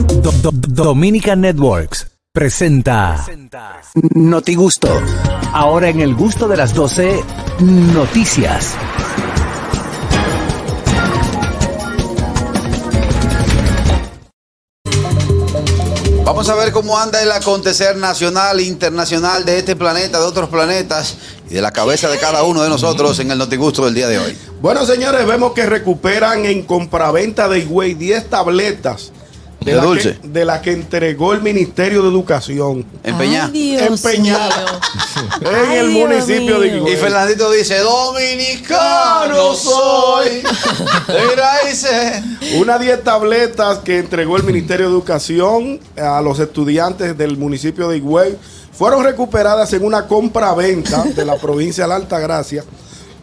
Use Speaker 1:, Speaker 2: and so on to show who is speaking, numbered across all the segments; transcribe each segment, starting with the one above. Speaker 1: Do- Dominica Networks presenta Noti Gusto. Ahora en el gusto de las 12, noticias.
Speaker 2: Vamos a ver cómo anda el acontecer nacional e internacional de este planeta, de otros planetas y de la cabeza de cada uno de nosotros en el Notigusto del día de hoy.
Speaker 3: Bueno, señores, vemos que recuperan en compraventa de Higüey 10 tabletas
Speaker 2: De
Speaker 3: la
Speaker 2: dulce.
Speaker 3: Que, de la que entregó el Ministerio de Educación
Speaker 2: Empeñá.
Speaker 4: Ay, Dios
Speaker 3: Empeñada.
Speaker 4: mío.
Speaker 3: en
Speaker 4: Ay,
Speaker 3: el
Speaker 4: Dios
Speaker 3: municipio de
Speaker 4: mío.
Speaker 3: Higüey.
Speaker 2: Y Fernandito dice, dominicano soy. Mira, dice.
Speaker 3: Unas 10 tabletas que entregó el Ministerio de Educación a los estudiantes del municipio de Higüey fueron recuperadas en una compraventa de la provincia de la Altagracia.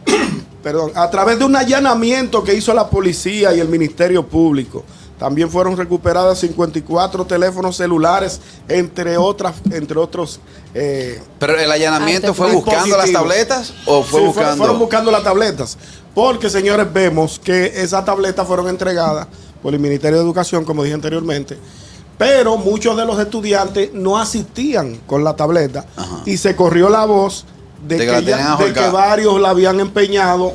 Speaker 3: Perdón, a través de un allanamiento que hizo la policía y el Ministerio Público. También fueron recuperadas 54 teléfonos celulares, entre otras, entre otros. eh,
Speaker 2: Pero el allanamiento
Speaker 4: Ay, Ah, te
Speaker 2: fue buscando las
Speaker 3: dispositivos.
Speaker 2: tabletas o fue
Speaker 3: Sí, fueron-
Speaker 2: buscando.
Speaker 3: Fueron buscando las tabletas. Porque, señores, vemos que esas tabletas fueron entregadas por el Ministerio de Educación, como dije anteriormente. Pero muchos de los estudiantes no asistían con la tableta.
Speaker 2: Ajá.
Speaker 3: Y se corrió la voz de,
Speaker 2: De que
Speaker 3: que,
Speaker 2: la
Speaker 3: ya-
Speaker 2: tenían
Speaker 3: de
Speaker 2: ahorcada.
Speaker 3: que varios la habían empeñado.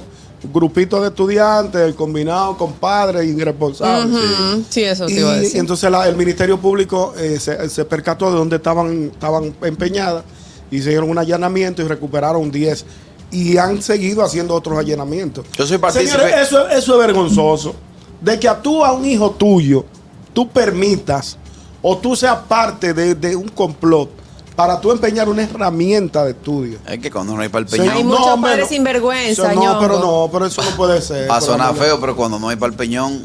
Speaker 3: Grupitos de estudiantes, el combinado, compadres, irresponsables.
Speaker 4: Ujú, Sí, eso te
Speaker 3: Y,
Speaker 4: iba a decir.
Speaker 3: entonces la- el Ministerio Público eh, se, se percató de dónde estaban, estaban empeñadas, hicieron un allanamiento y recuperaron 10. Y han seguido haciendo otros allanamientos.
Speaker 2: Yo soy partícipe.
Speaker 3: Señores, eso, eso es vergonzoso. De que a tú, a un hijo tuyo, tú permitas o tú seas parte de, de un complot para tú empeñar una herramienta de estudio.
Speaker 2: Es que cuando no hay para el
Speaker 3: Señor,
Speaker 4: Hay
Speaker 2: peñón.
Speaker 4: muchos
Speaker 3: hombre,
Speaker 4: padres sinvergüenza,
Speaker 3: Eso No,
Speaker 4: Ñongo.
Speaker 3: pero no, pero eso no puede ser.
Speaker 2: Va a
Speaker 3: pero
Speaker 2: sonar
Speaker 3: no.
Speaker 2: feo, pero cuando no hay para el peñón,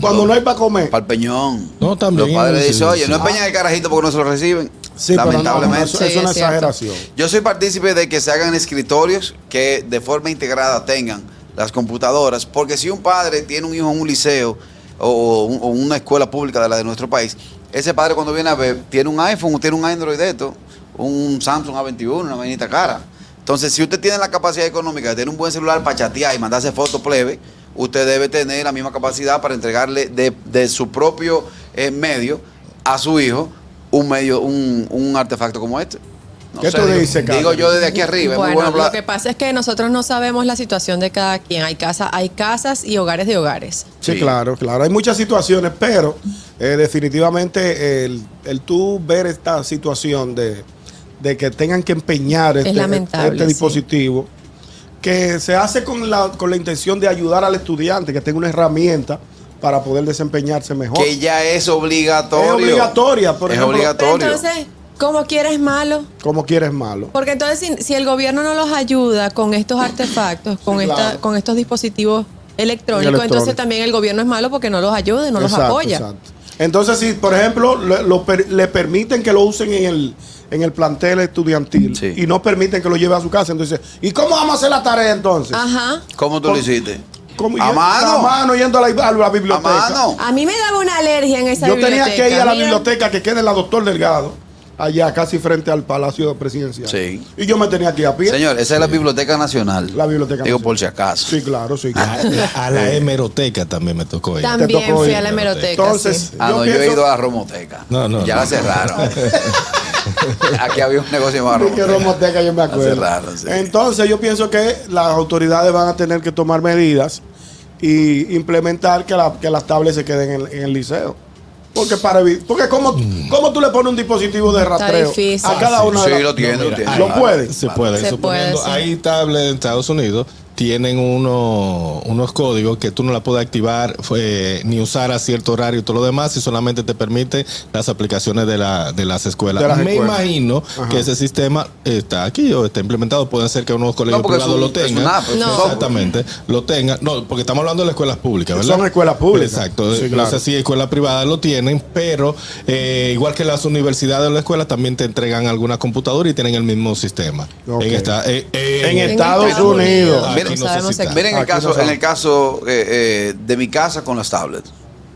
Speaker 3: Cuando no hay para comer.
Speaker 2: para el peñón.
Speaker 5: No, también,
Speaker 2: Los padres
Speaker 5: sí,
Speaker 2: dicen, oye,
Speaker 5: sí.
Speaker 2: no empeñan el carajito porque no se lo reciben.
Speaker 3: Sí, pero no, no,
Speaker 2: Lamentablemente.
Speaker 3: eso-
Speaker 4: Sí,
Speaker 3: eso es una
Speaker 4: es cierto.
Speaker 3: exageración.
Speaker 2: Yo soy partícipe de que se hagan escritorios que de forma integrada tengan las computadoras, porque si un padre tiene un hijo en un liceo o, un- o una escuela pública de la de nuestro país, ese padre cuando viene a ver tiene un iPhone o tiene un Android de esto, un Samsung A21, una vainita cara. Entonces, si usted tiene la capacidad económica de tener un buen celular para chatear y mandarse fotos plebe, usted debe tener la misma capacidad para entregarle de, de su propio eh, medio a su hijo un medio, un, un artefacto como este. No
Speaker 3: ¿Qué tú
Speaker 2: digo-
Speaker 3: dices, Carlos?
Speaker 2: Digo yo desde aquí arriba. es muy
Speaker 4: Bueno,
Speaker 2: bueno hablar.
Speaker 4: lo que pasa es que nosotros no sabemos la situación de cada quien. Hay casa, hay casas y hogares de hogares.
Speaker 3: Sí,
Speaker 2: Sí.
Speaker 3: claro, claro. Hay muchas situaciones, pero eh, definitivamente el, el tú ver esta situación de, de que tengan que empeñar este,
Speaker 4: lamentable,
Speaker 3: este
Speaker 4: sí.
Speaker 3: dispositivo, que se hace con la, con la intención de ayudar al estudiante, que tenga una herramienta para poder desempeñarse mejor.
Speaker 2: Que ya es obligatorio.
Speaker 3: es obligatoria, por
Speaker 2: es
Speaker 3: ejemplo,
Speaker 4: Pero
Speaker 2: obligatorio.
Speaker 4: entonces, ¿cómo quieres malo?
Speaker 3: como quieres malo.
Speaker 4: Porque entonces, si, si el gobierno no los ayuda con estos artefactos, con,
Speaker 3: claro.
Speaker 4: esta, con estos dispositivos electrónicos,
Speaker 3: Electrónicos.
Speaker 4: entonces también el gobierno es malo porque no los ayuda y no los
Speaker 3: Exacto,
Speaker 4: apoya.
Speaker 3: exacto. Entonces, si por ejemplo le, lo per- le permiten que lo usen en el, en el plantel estudiantil
Speaker 2: Sí.
Speaker 3: y no permiten que lo lleve a su casa, entonces, ¿y cómo vamos a hacer la tarea entonces?
Speaker 4: Ajá.
Speaker 2: ¿Cómo tú lo hiciste?
Speaker 3: ¿Cómo?
Speaker 2: A
Speaker 3: Y-
Speaker 2: mano.
Speaker 3: a mano yendo a la, a la biblioteca.
Speaker 2: A mano. Ah,
Speaker 4: A mí me daba una alergia en esa
Speaker 3: Yo
Speaker 4: biblioteca.
Speaker 3: tenía que ir a la
Speaker 4: Mira,
Speaker 3: biblioteca que queda en la Doctor Delgado, allá casi frente al Palacio Presidencial.
Speaker 2: Sí.
Speaker 3: Y yo me tenía que ir a pie.
Speaker 2: Señor, esa es la Biblioteca Nacional.
Speaker 3: La biblioteca.
Speaker 2: Digo,
Speaker 3: nacional.
Speaker 2: por si acaso.
Speaker 3: Sí, claro, sí,
Speaker 4: Ah,
Speaker 3: claro.
Speaker 5: A la hemeroteca también me tocó ir.
Speaker 3: Te
Speaker 4: También
Speaker 3: tocó
Speaker 4: fui
Speaker 3: ir,
Speaker 4: a la hemeroteca.
Speaker 3: Entonces,
Speaker 4: sí.
Speaker 2: Ah,
Speaker 3: yo
Speaker 2: no, yo he
Speaker 3: pienso-
Speaker 2: ido a la Romoteca.
Speaker 5: No, no,
Speaker 2: Ya
Speaker 5: no.
Speaker 2: la cerraron. Aquí había un negocio más
Speaker 3: De que Romoteca, yo me acuerdo.
Speaker 2: cerraron, sí.
Speaker 3: Entonces yo pienso que las autoridades van a tener que tomar medidas y implementar que, la- que las tablets se queden en, en el liceo. Porque para evi- porque como tú le pones un dispositivo de rastreo
Speaker 4: difícil.
Speaker 3: a cada
Speaker 5: Sí,
Speaker 3: una de
Speaker 2: Mm. sí,
Speaker 3: las-
Speaker 2: lo tiene, lo
Speaker 3: mira,
Speaker 2: tiene. Ah,
Speaker 3: Lo puede.
Speaker 5: Se puede.
Speaker 4: Se
Speaker 5: suponiendo,
Speaker 4: puede, sí.
Speaker 5: Hay tablets en Estados Unidos, tienen uno- unos códigos que tú no la puedes activar fue, ni usar a cierto horario y todo lo demás, y solamente te permite las aplicaciones de, la- de las escuelas.
Speaker 3: De las
Speaker 5: Me
Speaker 3: escuelas.
Speaker 5: imagino que ese sistema está aquí o está implementado. Puede ser que unos colegios
Speaker 2: porque es
Speaker 5: privados
Speaker 2: un-
Speaker 5: lo
Speaker 2: es un
Speaker 5: tengan.
Speaker 2: app, es un
Speaker 4: No.
Speaker 2: software.
Speaker 5: Exactamente, lo tengan. No, porque estamos hablando de las escuelas públicas, ¿verdad?
Speaker 3: Son escuelas públicas.
Speaker 5: Exacto.
Speaker 3: Sí,
Speaker 5: No
Speaker 3: claro.
Speaker 5: sé si escuelas privadas lo tienen, pero eh, igual que las universidades o las escuelas también te entregan algunas computadoras y tienen el mismo sistema.
Speaker 3: Ok.
Speaker 5: En, esta- eh, eh,
Speaker 3: En
Speaker 5: en-
Speaker 3: Estados Unidos.
Speaker 5: Aquí
Speaker 4: Mira,
Speaker 5: no se
Speaker 4: sabemos
Speaker 5: cita.
Speaker 4: que-
Speaker 2: Miren el
Speaker 3: Aquí no
Speaker 2: caso, en
Speaker 3: saben.
Speaker 2: el caso eh, eh, de mi casa con las tablets.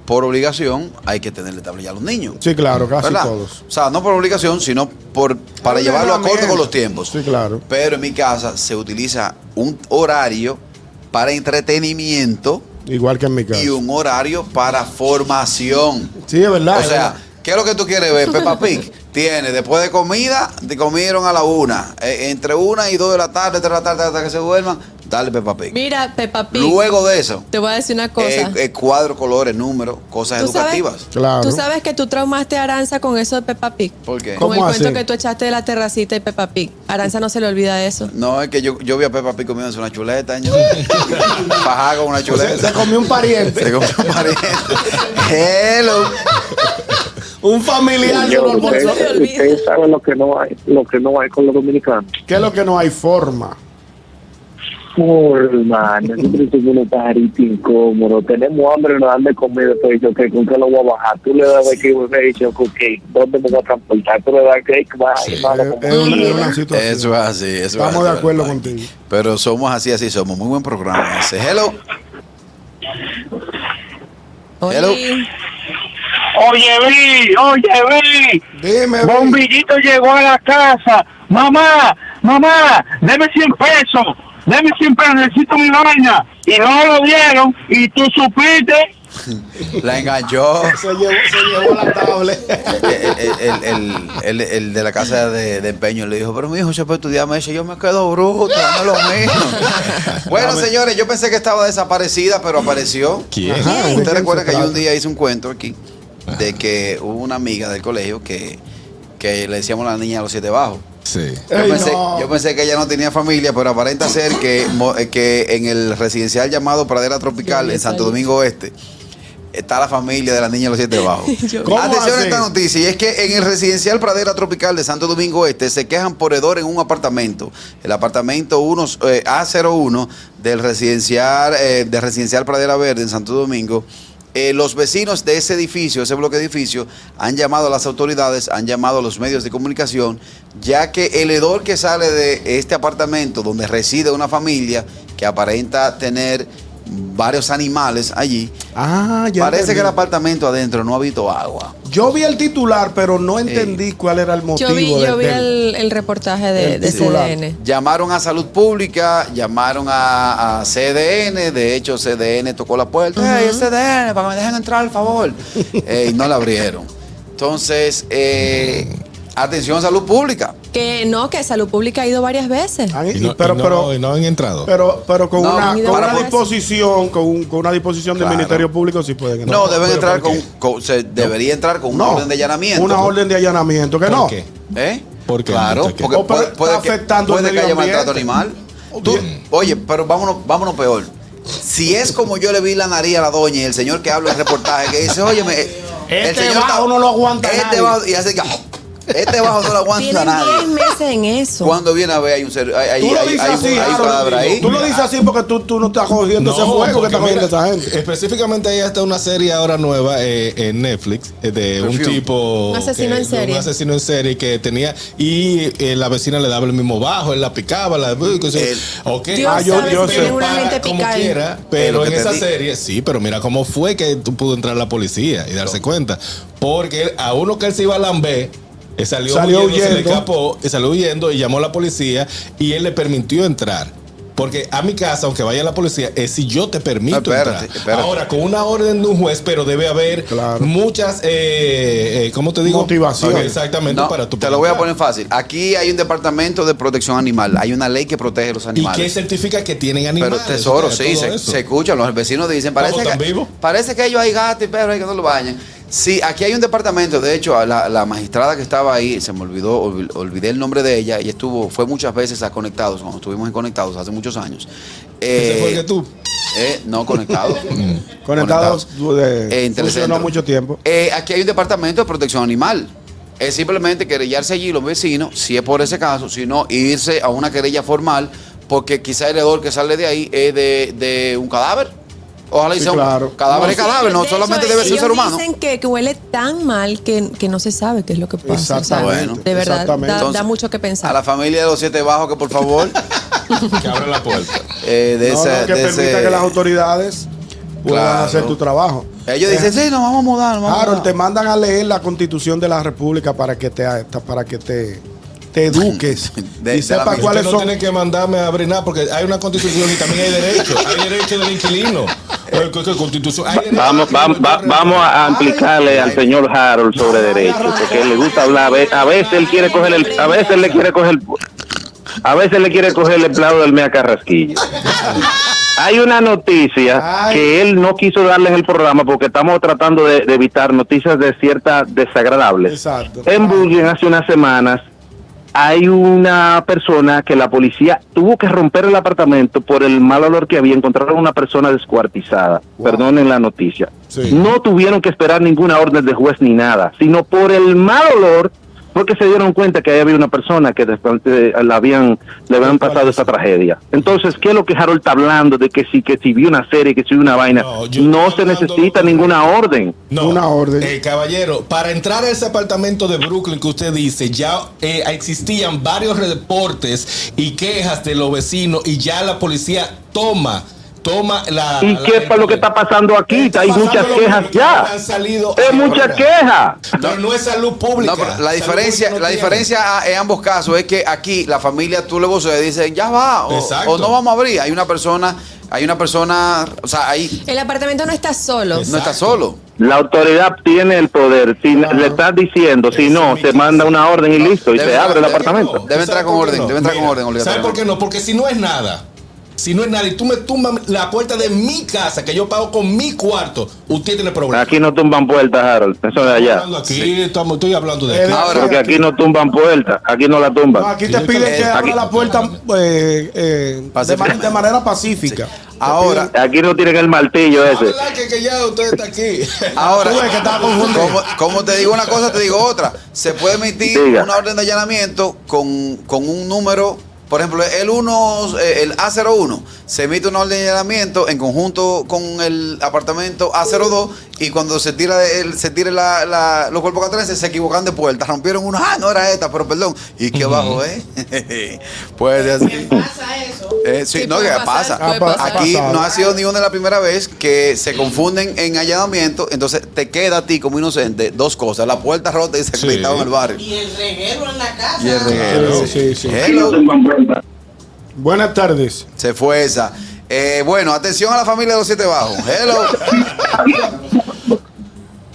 Speaker 2: Por obligación hay que tenerle tablet ya a los niños.
Speaker 3: Sí, claro, casi
Speaker 2: ¿verdad?
Speaker 3: todos.
Speaker 2: O sea, no por obligación, sino por para
Speaker 3: Una
Speaker 2: llevarlo a corto
Speaker 3: herramienta.
Speaker 2: con los tiempos.
Speaker 3: Sí, claro.
Speaker 2: Pero en mi casa se utiliza un horario para entretenimiento
Speaker 3: Igual que en mi
Speaker 2: y
Speaker 3: caso.
Speaker 2: un horario para formación.
Speaker 3: Sí, es verdad.
Speaker 2: O
Speaker 3: es
Speaker 2: sea,
Speaker 3: verdad.
Speaker 2: ¿qué es lo que tú quieres ver? Peppa Pig tiene, después de comida, te comieron a la una. Eh, entre una y dos de la tarde, tres de la tarde, hasta que se duerman, dale Peppa Pig.
Speaker 4: Mira, Peppa Pig.
Speaker 2: Luego de eso,
Speaker 4: te voy a decir una cosa.
Speaker 2: eh, eh, cuadro, colores, números, cosas
Speaker 4: ¿Tú sabes-
Speaker 2: educativas.
Speaker 3: Claro.
Speaker 4: Tú sabes que tú traumaste a Aranza con eso de Peppa Pig.
Speaker 2: ¿Por qué?
Speaker 4: Con el
Speaker 3: ¿Cómo así?
Speaker 4: cuento que tú echaste de la terracita y Peppa Pig. Aranza no se le olvida eso.
Speaker 2: No, es que yo, yo vi a Peppa Pig comiéndose una chuleta, ño. Fajada con una
Speaker 3: Se, se
Speaker 2: chuleta.
Speaker 3: comió un pariente,
Speaker 2: Se comió un pariente. Hello.
Speaker 3: un familiar que
Speaker 6: Señor,
Speaker 3: no
Speaker 4: usted-
Speaker 3: almorzó.
Speaker 4: se
Speaker 6: ustedes,
Speaker 4: olvida.
Speaker 6: ustedes saben lo que no hay, lo que no hay con los dominicanos.
Speaker 3: ¿Qué es lo que no hay forma?
Speaker 6: Forma, siempre tengo unos pajaritos incómodos. Tenemos hambre, nos dan de comer. Te dicho, que ¿con qué lo voy a bajar? Tú le das de que me he dicho, ok, ¿dónde me voy a transportar? Tú le das que va y
Speaker 3: Es,
Speaker 6: vamos
Speaker 7: pues,
Speaker 3: es una, es Eh, una situación.
Speaker 2: Eso es así. Eso es
Speaker 3: Estamos
Speaker 2: así,
Speaker 3: de acuerdo
Speaker 2: ¿verdad?
Speaker 3: contigo.
Speaker 2: Pero somos así, así somos. Muy buen programa ese. Hello.
Speaker 4: Oye,
Speaker 2: Hello.
Speaker 8: Oye, vi, oye, vi.
Speaker 3: Dime, Vic.
Speaker 8: Bombillito llegó a la casa. Mamá, mamá, deme 100 pesos. Deme 100 pesos, necesito mi vaina. Y no lo dieron. Y tú supiste.
Speaker 2: La enganchó.
Speaker 3: Oh, se llevó, se llevó la tablet.
Speaker 2: El, el- el- el- el de la casa de, de empeño le dijo, pero mi hijo se puede estudiar. Me dice, yo me quedo bruto, dame lo mismo. bueno, señores, yo pensé que estaba desaparecida, pero apareció.
Speaker 5: ¿Quién?
Speaker 3: Ajá, ¿de
Speaker 2: Usted
Speaker 3: quién
Speaker 2: recuerda
Speaker 3: se
Speaker 2: que yo un
Speaker 3: trata?
Speaker 2: día hice un cuento aquí de que hubo una amiga del colegio que, que le decíamos la niña de los siete bajos.
Speaker 5: Sí.
Speaker 2: Yo
Speaker 3: Ey,
Speaker 2: pensé,
Speaker 3: no.
Speaker 2: yo pensé que ella no tenía familia, pero aparenta ser que, mo- eh, que en el residencial llamado Pradera Tropical, en Santo Domingo Este, está la familia de la niña de los siete bajos.
Speaker 4: Yo-
Speaker 3: ¿Cómo
Speaker 2: Atención a
Speaker 3: así?
Speaker 2: esta noticia, y es que en el residencial Pradera Tropical de Santo Domingo Este se quejan por hedor en un apartamento. El apartamento 1, eh, A01 del residencial, eh, del residencial Pradera Verde en Santo Domingo. Eh, los vecinos de ese edificio, ese bloque de edificio, han llamado a las autoridades, han llamado a los medios de comunicación, ya que el hedor que sale de este apartamento donde reside una familia que aparenta tener varios animales allí,
Speaker 3: Ah, ya
Speaker 2: parece
Speaker 3: entendí.
Speaker 2: que el apartamento adentro no ha habido agua.
Speaker 3: Yo vi el titular, pero no entendí cuál era el motivo.
Speaker 4: yo vi, yo
Speaker 3: del-
Speaker 4: vi
Speaker 3: del-
Speaker 4: el, el reportaje de,
Speaker 3: del
Speaker 4: de
Speaker 3: titular.
Speaker 4: CDN.
Speaker 2: Llamaron a Salud Pública, llamaron a, a CDN, de hecho CDN tocó la puerta, "Ey, CDN, para que me dejen entrar, por favor. Eh, y no la abrieron. Entonces, eh, atención Salud Pública.
Speaker 4: Que no, que Salud Pública ha ido varias veces.
Speaker 3: Ah, y-
Speaker 5: Y no,
Speaker 3: pero,
Speaker 5: y no-
Speaker 3: pero,
Speaker 5: y no han entrado.
Speaker 3: pero, pero con
Speaker 2: No,
Speaker 3: una,
Speaker 4: ni de
Speaker 3: con una
Speaker 4: verdad.
Speaker 3: disposición, con, un- con una disposición
Speaker 2: Claro.
Speaker 3: del Ministerio Público, sí pueden
Speaker 2: No,
Speaker 3: entrar.
Speaker 2: deben
Speaker 5: pero
Speaker 2: entrar
Speaker 5: ¿por
Speaker 2: con,
Speaker 5: qué?
Speaker 2: con- se debería entrar con una orden de allanamiento.
Speaker 3: Una orden de allanamiento, que
Speaker 5: ¿Por
Speaker 3: no.
Speaker 5: qué?
Speaker 2: ¿Eh?
Speaker 5: ¿Por qué?
Speaker 2: Claro,
Speaker 5: ¿Por qué?
Speaker 2: porque
Speaker 3: Oh, pero
Speaker 2: puede,
Speaker 3: está
Speaker 2: puede que,
Speaker 3: afectando
Speaker 2: puede
Speaker 3: el
Speaker 2: que haya
Speaker 3: medio
Speaker 2: maltrato
Speaker 3: ambiente.
Speaker 2: animal.
Speaker 3: Oh,
Speaker 2: Tú-
Speaker 3: bien.
Speaker 2: oye, pero vámonos, vámonos peor. Si es como yo le vi la nariz a la doña y el señor que habla en el reportaje que dice, oye, el
Speaker 3: Este
Speaker 2: señor
Speaker 3: bajo no lo aguanta
Speaker 2: Este
Speaker 3: nadie".
Speaker 2: bajo y hace que este bajo no lo aguanta
Speaker 4: Tienen 10
Speaker 2: nadie.
Speaker 4: meses en eso.
Speaker 2: Cuando viene a ver hay un ser, hay, hay,
Speaker 3: Tú lo
Speaker 2: hay,
Speaker 3: dices
Speaker 2: hay-
Speaker 3: así,
Speaker 2: hay
Speaker 3: Harold,
Speaker 2: cadáver ahí.
Speaker 3: Tú lo dices así porque tú, tú no estás cogiendo ese juego que
Speaker 5: porque
Speaker 3: está cogiendo
Speaker 5: mira,
Speaker 3: esa gente.
Speaker 2: eh,
Speaker 5: Específicamente hay hasta una serie ahora nueva eh, en Netflix eh, de un
Speaker 2: Perfume.
Speaker 5: tipo.
Speaker 4: Un asesino
Speaker 5: que-
Speaker 4: en serie.
Speaker 5: Un asesino en serie que tenía. Y eh, la vecina le daba el mismo bajo, él la picaba. La,
Speaker 2: El-
Speaker 5: ok.
Speaker 4: Dios
Speaker 3: Ah, yo- sabe yo que sé. tienen
Speaker 4: una
Speaker 5: Para
Speaker 4: mente
Speaker 5: como
Speaker 4: picante.
Speaker 5: quiera,
Speaker 2: Es lo
Speaker 5: pero
Speaker 2: que
Speaker 5: en
Speaker 2: te
Speaker 5: esa
Speaker 2: digo.
Speaker 5: serie, sí, pero mira cómo fue que tú pudo entrar la policía y darse cuenta. Porque a uno que él se iba a lamber. eh, Salió,
Speaker 3: Salió
Speaker 5: huyendo, se le
Speaker 3: huyendo.
Speaker 5: escapó, eh, salió huyendo y llamó a la policía y él le permitió entrar. Porque a mi casa, aunque vaya la policía, es si yo te permito permito
Speaker 2: No, Ah, espérate,
Speaker 5: entrar.
Speaker 2: espérate.
Speaker 5: Ahora, con una orden de un juez, pero debe haber
Speaker 3: Claro.
Speaker 5: muchas, eh, eh, ¿cómo te digo?
Speaker 3: Motivaciones.
Speaker 5: Ok, Exactamente,
Speaker 2: No,
Speaker 5: para tu
Speaker 2: te lo voy a poner fácil. Aquí hay un departamento de protección animal. Hay una ley que protege los
Speaker 5: ¿Y
Speaker 2: animales.
Speaker 5: qué certifica que tienen
Speaker 2: Pero
Speaker 5: animales?
Speaker 2: tesoro,
Speaker 5: O sea,
Speaker 2: sí,
Speaker 5: todo
Speaker 2: se,
Speaker 5: eso.
Speaker 2: se escuchan, los vecinos dicen, parece
Speaker 5: están
Speaker 2: que,
Speaker 5: vivos?
Speaker 2: parece que ellos hay gatos y perros y que no lo bañan. Sí, aquí hay un departamento, de hecho, la, la magistrada que estaba ahí, se me olvidó, ol- olvidé el nombre de ella, y estuvo, fue muchas veces a Conectados, cuando estuvimos en Conectados hace muchos años.
Speaker 5: Ese fue el que
Speaker 2: Eh,
Speaker 5: tú.
Speaker 2: eh, no, Conectados.
Speaker 3: Conectados.
Speaker 2: Eh,
Speaker 3: eh,
Speaker 2: entre el
Speaker 3: funcionó
Speaker 2: centro.
Speaker 3: mucho tiempo.
Speaker 2: Eh, aquí hay un departamento de protección animal. Es simplemente querellarse allí los vecinos, si es por ese caso, si no, irse a una querella formal, porque quizá el hedor que sale de ahí es de, de un cadáver. Ojalá y
Speaker 3: Sí,
Speaker 2: sea un
Speaker 3: claro.
Speaker 2: cadáver
Speaker 3: No,
Speaker 2: es cadáver, no solamente debe ser un
Speaker 4: ellos
Speaker 2: ser humano.
Speaker 4: Dicen que, que huele tan mal que, que no se sabe qué es lo que pasa. O sea,
Speaker 2: Exactamente,
Speaker 4: de verdad, da,
Speaker 3: exactamente.
Speaker 4: da
Speaker 2: Entonces,
Speaker 4: mucho que
Speaker 2: A
Speaker 4: pensar.
Speaker 2: la familia de los siete bajos que por favor,
Speaker 5: Que abra la puerta.
Speaker 2: eh, de
Speaker 3: No,
Speaker 2: ese-
Speaker 3: no, que
Speaker 2: de
Speaker 3: permita
Speaker 2: ese-
Speaker 3: que las autoridades puedan
Speaker 2: Claro.
Speaker 3: hacer tu trabajo. Eh,
Speaker 2: Ellos dicen, sí, nos vamos a mudar, nos vamos a
Speaker 3: Harold,
Speaker 2: mudar".
Speaker 3: te mandan a leer la constitución de la república para que te para que te, te eduques
Speaker 2: De- de
Speaker 3: y
Speaker 2: la
Speaker 3: sepas
Speaker 2: misma.
Speaker 3: cuáles
Speaker 5: Usted no
Speaker 3: son
Speaker 5: tiene que mandarme a abrir nada porque hay una constitución y también hay derecho. Hay derecho del inquilino. Pero, ¿qué- qué constitución? Ahí le-
Speaker 9: Vamos, vamos, va- vamos a amplicarle al señor Harold sobre derecho, porque él le gusta hablar. A ve- a veces él quiere coger el, a veces le quiere coger, a veces le quiere coger el plato del mea Carrasquillo. Hay una noticia que él no quiso darles el programa porque estamos tratando de, de evitar noticias de ciertas desagradables.
Speaker 3: Exacto.
Speaker 9: En Brooklyn hace unas semanas hay una persona que la policía tuvo que romper el apartamento por el mal olor que había. Encontraron una persona descuartizada. Perdonen la noticia.
Speaker 3: Sí.
Speaker 9: No tuvieron que esperar ninguna orden de juez ni nada, sino por el mal olor, porque se dieron cuenta que ahí había una persona que después, eh, la habían, le habían pasado esa tragedia. Entonces, ¿qué es lo que Harold está hablando? De que si, que si vio una serie, que si vio una vaina.
Speaker 5: No, yo
Speaker 9: No,
Speaker 5: estoy
Speaker 9: se
Speaker 5: hablando-
Speaker 9: necesita ninguna orden.
Speaker 5: No,
Speaker 3: Una orden.
Speaker 5: eh, caballero, para entrar a ese apartamento de Brooklyn que usted dice, ya eh, existían varios reportes y quejas de los vecinos y ya la policía toma, toma la...
Speaker 9: ¿Y
Speaker 5: la-
Speaker 9: qué es para lo que está pasando aquí?
Speaker 5: Está
Speaker 9: Hay
Speaker 5: pasando
Speaker 9: muchas
Speaker 5: lo
Speaker 9: quejas
Speaker 5: que han
Speaker 9: ya.
Speaker 5: salido
Speaker 9: Es
Speaker 5: ahora.
Speaker 9: muchas quejas.
Speaker 5: Pero no es salud pública.
Speaker 2: No, pero la
Speaker 5: Salud
Speaker 2: diferencia,
Speaker 5: pública no
Speaker 2: la
Speaker 5: tiene.
Speaker 2: diferencia ah, en ambos casos es que aquí la familia tú le voces y dicen ya va o,
Speaker 5: Exacto.
Speaker 2: o no vamos a abrir. Hay una persona, hay una persona, o sea, ahí
Speaker 4: El apartamento no está solo.
Speaker 5: Es-
Speaker 2: no está
Speaker 5: Exacto.
Speaker 2: solo.
Speaker 9: La autoridad tiene el poder. Si le estás diciendo, si
Speaker 5: Esa
Speaker 9: no,
Speaker 5: es mi
Speaker 9: se
Speaker 5: casa.
Speaker 9: manda una orden y listo, y
Speaker 2: Debe
Speaker 9: se abre el
Speaker 2: entrar-
Speaker 9: apartamento.
Speaker 2: Debe entrar con
Speaker 5: ¿Sabe por qué
Speaker 2: orden, debe entrar con orden,
Speaker 5: ¿Sabe
Speaker 2: obligatoriamente.
Speaker 5: por qué no? Porque si no es nada, si no es nada y tú me tumbas la puerta de mi casa que yo pago con mi cuarto, usted tiene problemas.
Speaker 9: Aquí no tumban puertas, Harold. Eso de allá.
Speaker 5: Hablando aquí, estamos- estoy hablando de
Speaker 3: Eh,
Speaker 5: aquí.
Speaker 2: Ahora-
Speaker 9: Porque aquí no tumban puertas. Aquí no la
Speaker 3: No,
Speaker 9: tumban.
Speaker 3: aquí te piden que abra la puerta eh, eh, de,
Speaker 2: Pacífica.
Speaker 3: man- de manera pacífica.
Speaker 2: Ahora,
Speaker 9: Aquí no tienen el martillo ese.
Speaker 5: Habla que, que ya usted está aquí.
Speaker 2: Ahora,
Speaker 3: Tú ves que estaba confundido.
Speaker 2: como, como te digo una cosa, te digo otra. Se puede emitir
Speaker 9: Diga.
Speaker 2: una orden de allanamiento con, con un número, por ejemplo, el 1, eh, el A01. Se emite una orden de allanamiento en conjunto con el apartamento A02 y cuando se tira el, se tira la, la- los cuerpos catrenses se equivocan de puerta, rompieron una, ah, no era esta, pero perdón. Y que abajo, ¿eh? Puede ser así.
Speaker 4: Pasa eso.
Speaker 2: Eh, sí,
Speaker 4: Sí,
Speaker 2: no, que
Speaker 4: puede pasar,
Speaker 2: pasa.
Speaker 4: puede
Speaker 3: Ah, pa-
Speaker 4: pasar.
Speaker 2: Aquí
Speaker 3: pasado.
Speaker 2: no ha sido ni una de la primera vez que se confunden en allanamiento. Entonces te queda a ti como inocente dos cosas: la puerta rota y desacreditado
Speaker 5: Sí.
Speaker 2: en el barrio.
Speaker 10: Y el reguero en la casa.
Speaker 2: Y el reguero,
Speaker 3: Claro, sí, sí.
Speaker 2: Hello.
Speaker 3: Buenas tardes.
Speaker 2: Se fue esa. Eh, bueno, atención a la familia de los siete bajos. Hello.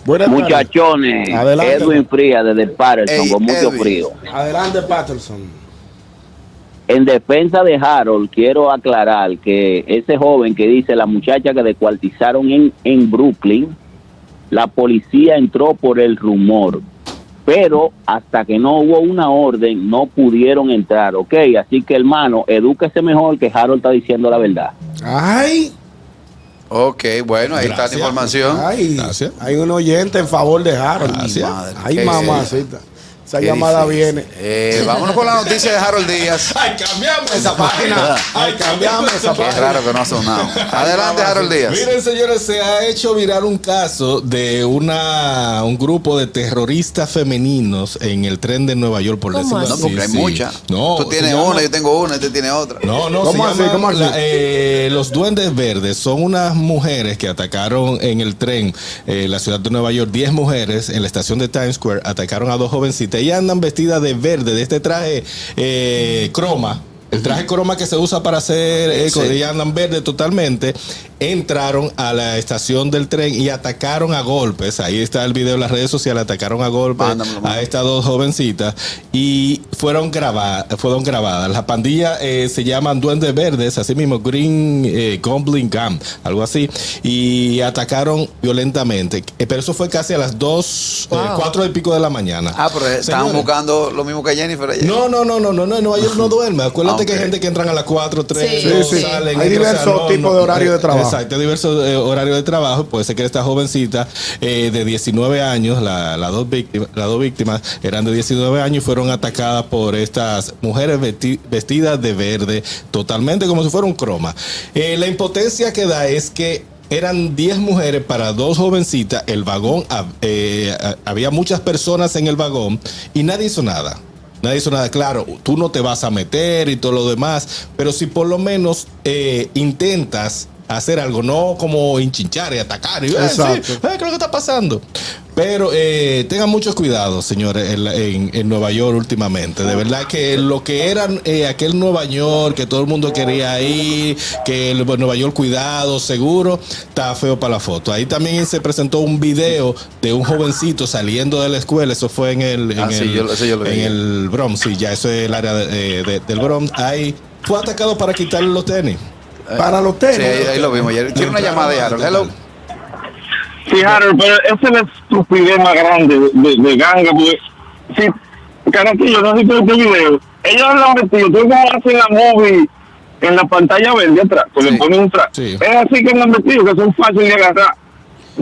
Speaker 3: Buenas
Speaker 7: Muchachones,
Speaker 3: Adelante.
Speaker 7: Edwin Frías desde Patterson,
Speaker 2: Ey,
Speaker 7: con mucho
Speaker 2: Edwin.
Speaker 7: frío.
Speaker 3: tardes. Adelante, Patterson.
Speaker 7: En defensa de Harold, quiero aclarar que ese joven que dice la muchacha que descuartizaron en, en Brooklyn, la policía entró por el rumor. Pero hasta que no hubo una orden, no pudieron entrar, ¿ok? Así que, hermano, edúquese mejor que Harold está diciendo la verdad.
Speaker 3: Ay,
Speaker 2: ok, bueno, ahí está la
Speaker 5: Gracias.
Speaker 2: información.
Speaker 3: ay.
Speaker 5: Gracias.
Speaker 3: Hay un oyente en favor de Harold.
Speaker 5: Gracias.
Speaker 3: Ay,
Speaker 2: Qué
Speaker 3: mamacita. Esa
Speaker 2: Qué
Speaker 3: llamada
Speaker 2: difícil.
Speaker 3: viene.
Speaker 2: Eh, vámonos con la noticia de Harold Díaz.
Speaker 5: Ay, cambiamos esa página. Ay, cambiamos esa
Speaker 2: Qué
Speaker 5: página.
Speaker 2: raro que no ha sonado. Adelante, Harold Díaz.
Speaker 5: Miren, señores, se ha hecho viral un caso de una un grupo de terroristas femeninos en el tren de Nueva York, por
Speaker 4: ¿Cómo
Speaker 5: decirlo
Speaker 4: así?
Speaker 2: No,
Speaker 5: así.
Speaker 2: porque hay
Speaker 5: sí.
Speaker 2: muchas.
Speaker 5: No,
Speaker 2: Tú tienes
Speaker 5: se llama-
Speaker 2: una, yo tengo una, este tiene otra.
Speaker 5: No, no,
Speaker 3: ¿Cómo
Speaker 5: se
Speaker 3: así?
Speaker 5: llaman
Speaker 3: ¿Cómo así?
Speaker 5: la- eh, los duendes verdes son unas mujeres que atacaron en el tren eh, la ciudad de Nueva York. Diez mujeres en la estación de Times Square atacaron a dos jovencitas. Ellas andan vestidas de verde, de este traje eh, croma. El traje croma que se usa para hacer, eh,
Speaker 2: Sí.
Speaker 5: ellas andan verde totalmente, entraron a la estación del tren y atacaron a golpes. Ahí está el video en las redes sociales, atacaron a golpes
Speaker 2: Mándamelo, mándamelo.
Speaker 5: pues, a estas dos jovencitas y fueron grabadas, fueron grabadas. Las pandillas eh, se llaman Duendes Verdes, así mismo Green eh, Goblin Gang, algo así, y atacaron violentamente. Eh, pero eso fue casi a las dos, eh,
Speaker 4: Wow.
Speaker 5: cuatro y pico de la mañana.
Speaker 2: Ah, pero estaban
Speaker 5: Señores,
Speaker 2: buscando lo mismo que Jennifer ayer.
Speaker 5: No, no, no, no, no, no, en Nueva York no duerme. Acuérdate
Speaker 2: Ah,
Speaker 5: que hay
Speaker 2: ok.
Speaker 5: gente que entran a las 4, 3,
Speaker 4: Sí,
Speaker 5: no,
Speaker 4: sí, sí.
Speaker 5: salen.
Speaker 3: Hay
Speaker 5: entran,
Speaker 3: diversos tipos de horario de trabajo.
Speaker 5: Exacto, hay diversos eh, horarios de trabajo. Puede ser que esta jovencita eh, de 19 años, la- las dos víctimas, las dos víctimas eran de 19 años y fueron atacadas por estas mujeres vesti- vestidas de verde, totalmente como si fuera un croma. Eh, la impotencia que da es que eran 10 mujeres para dos jovencitas. El vagón, hab- eh, a- había muchas personas en el vagón y nadie hizo nada. Nadie hizo nada. Claro, tú no te vas a meter y todo lo demás, pero si por lo menos eh, intentas hacer algo, no como enchinchar y atacar. Y, eh, sí,
Speaker 3: Exacto.
Speaker 5: eh, ¿qué es lo que está pasando? Pero eh, tengan mucho cuidado, señores, en, la- en- en Nueva York últimamente. De verdad que lo que era eh, aquel Nueva York, que todo el mundo quería ir, que el- Nueva York cuidado, seguro, está feo para la foto. Ahí también se presentó un video de un jovencito saliendo de la escuela, eso fue en el, en
Speaker 2: Ah, sí,
Speaker 5: el-
Speaker 2: yo lo- eso yo lo
Speaker 5: en
Speaker 2: vi.
Speaker 5: el Bronx, sí, ya eso es el área de- eh, de- del Bronx. Ahí fue atacado para quitarle los tenis.
Speaker 3: Para los
Speaker 2: Eh, Sí,
Speaker 3: tenis.
Speaker 2: ahí, ahí lo vimos ayer. Tiene una llamada de Harold. Hello.
Speaker 8: Sí, Harold, pero esa es la estupidez más grande de, de, de ganga, porque si, Caraquillo, no sé si tú viste el video, ellos lo han metido, tú como hacen la movie en la pantalla verde atrás, que
Speaker 2: Sí.
Speaker 8: le ponen un traje.
Speaker 5: Sí.
Speaker 8: Es así que lo han metido, que son fáciles de agarrar.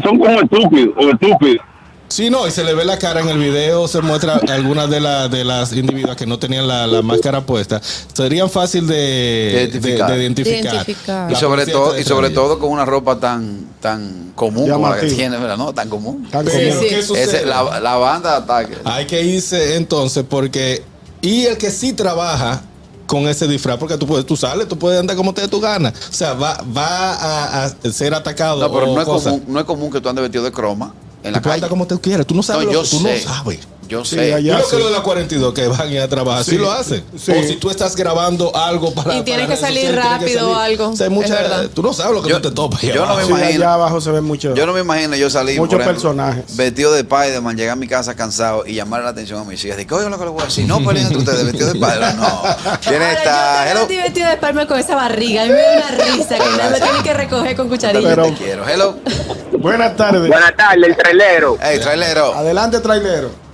Speaker 8: Son como estúpidos o estúpidas.
Speaker 5: Sí, no, y se le ve la cara en el video, se muestra algunas de, la- de las individuas que no tenían la, la máscara puesta. Serían fácil de de- de identificar.
Speaker 2: Identificar.
Speaker 4: Identificar.
Speaker 2: Y
Speaker 5: La
Speaker 2: sobre,
Speaker 5: policía
Speaker 2: todo,
Speaker 5: está
Speaker 2: y sobre
Speaker 5: detrás de ellos.
Speaker 2: todo con una ropa tan, tan común como la que
Speaker 3: Llamativa.
Speaker 2: tiene, ¿verdad? No, tan común.
Speaker 3: Tan
Speaker 5: Pero,
Speaker 3: común.
Speaker 4: Sí,
Speaker 5: ¿qué
Speaker 4: sí.
Speaker 5: sucede?
Speaker 2: Ese- la, la banda de ataque.
Speaker 5: Hay que irse entonces porque... Y el que sí trabaja con ese disfraz, porque tú puedes, tú sales, tú puedes andar como te dé tu gana. O sea, va, va a, a ser atacado.
Speaker 2: No, pero
Speaker 5: o
Speaker 2: no es,
Speaker 5: cosa.
Speaker 2: común, no es común que tú andes vestido de croma en la
Speaker 5: Tú andas
Speaker 2: calle.
Speaker 5: como tú quieras, tú no sabes
Speaker 2: No, yo
Speaker 5: lo que tú
Speaker 2: sé.
Speaker 5: no sabes.
Speaker 2: Yo
Speaker 3: Sí,
Speaker 2: sé.
Speaker 3: allá.
Speaker 5: Yo creo
Speaker 3: sí.
Speaker 5: que lo de la 42 que van a ir a trabajar, sí,
Speaker 3: Sí,
Speaker 5: lo hacen.
Speaker 3: sí.
Speaker 5: O si tú estás grabando algo para.
Speaker 4: Y tienes
Speaker 5: para
Speaker 4: que
Speaker 5: redes
Speaker 4: salir
Speaker 5: sociales, tienes que
Speaker 4: rápido o algo.
Speaker 5: O sea, hay
Speaker 4: Es
Speaker 5: mucha-
Speaker 4: verdad.
Speaker 5: tú no sabes lo que
Speaker 2: Yo-
Speaker 5: tú te topas. ahí
Speaker 2: yo no
Speaker 5: abajo.
Speaker 2: me
Speaker 3: Ah, Sí,
Speaker 2: imagino.
Speaker 3: allá abajo se ven muchos.
Speaker 2: Yo no me imagino yo salir
Speaker 3: Muchos
Speaker 2: por ejemplo,
Speaker 3: personajes.
Speaker 2: vestido de Spider-Man, llegar a mi casa cansado y llamar la atención a mis hijas. Digo, oye, lo que le voy a decir. No peleen entre ustedes, vestido de Spider-man. No. Tiene
Speaker 4: Ahora,
Speaker 2: esta.
Speaker 4: Yo
Speaker 2: Hello.
Speaker 4: estoy divertido de palma con esa barriga. A mí me da una risa que nada me tiene que recoger con cucharilla.
Speaker 2: También
Speaker 3: Pero-
Speaker 2: te quiero. Hello.
Speaker 3: Buenas tardes.
Speaker 6: Buenas tardes, el trailero.
Speaker 2: Hey, trailero.
Speaker 3: Adelante, trailero.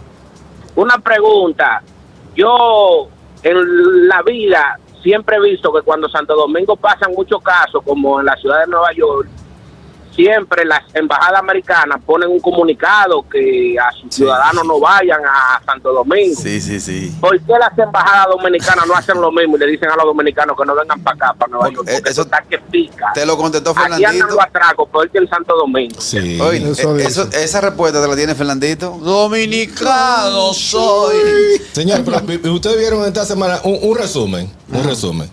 Speaker 6: Una pregunta. Yo en la vida siempre he visto que cuando Santo Domingo pasan muchos casos, como en la ciudad de Nueva York, siempre las embajadas americanas ponen un comunicado que a sus
Speaker 2: Sí.
Speaker 6: ciudadanos no vayan a Santo Domingo.
Speaker 2: Sí, sí, sí.
Speaker 6: ¿Por qué las embajadas dominicanas no hacen lo mismo y le dicen a los dominicanos que no vengan para acá, para Nueva
Speaker 2: Porque,
Speaker 6: York?
Speaker 2: eh,
Speaker 6: Porque eso
Speaker 2: eso-
Speaker 6: está que pica.
Speaker 2: Te lo contestó
Speaker 6: Aquí andan
Speaker 2: Fernandito.
Speaker 6: los atracos, peor que en Santo Domingo.
Speaker 5: Sí.
Speaker 2: Oye,
Speaker 3: Eso
Speaker 2: eh,
Speaker 3: dice.
Speaker 2: eso- esa respuesta te la tiene Fernandito. Dominicano soy.
Speaker 5: Señor, pero vi- ustedes vieron esta semana un, un resumen. Un resumen.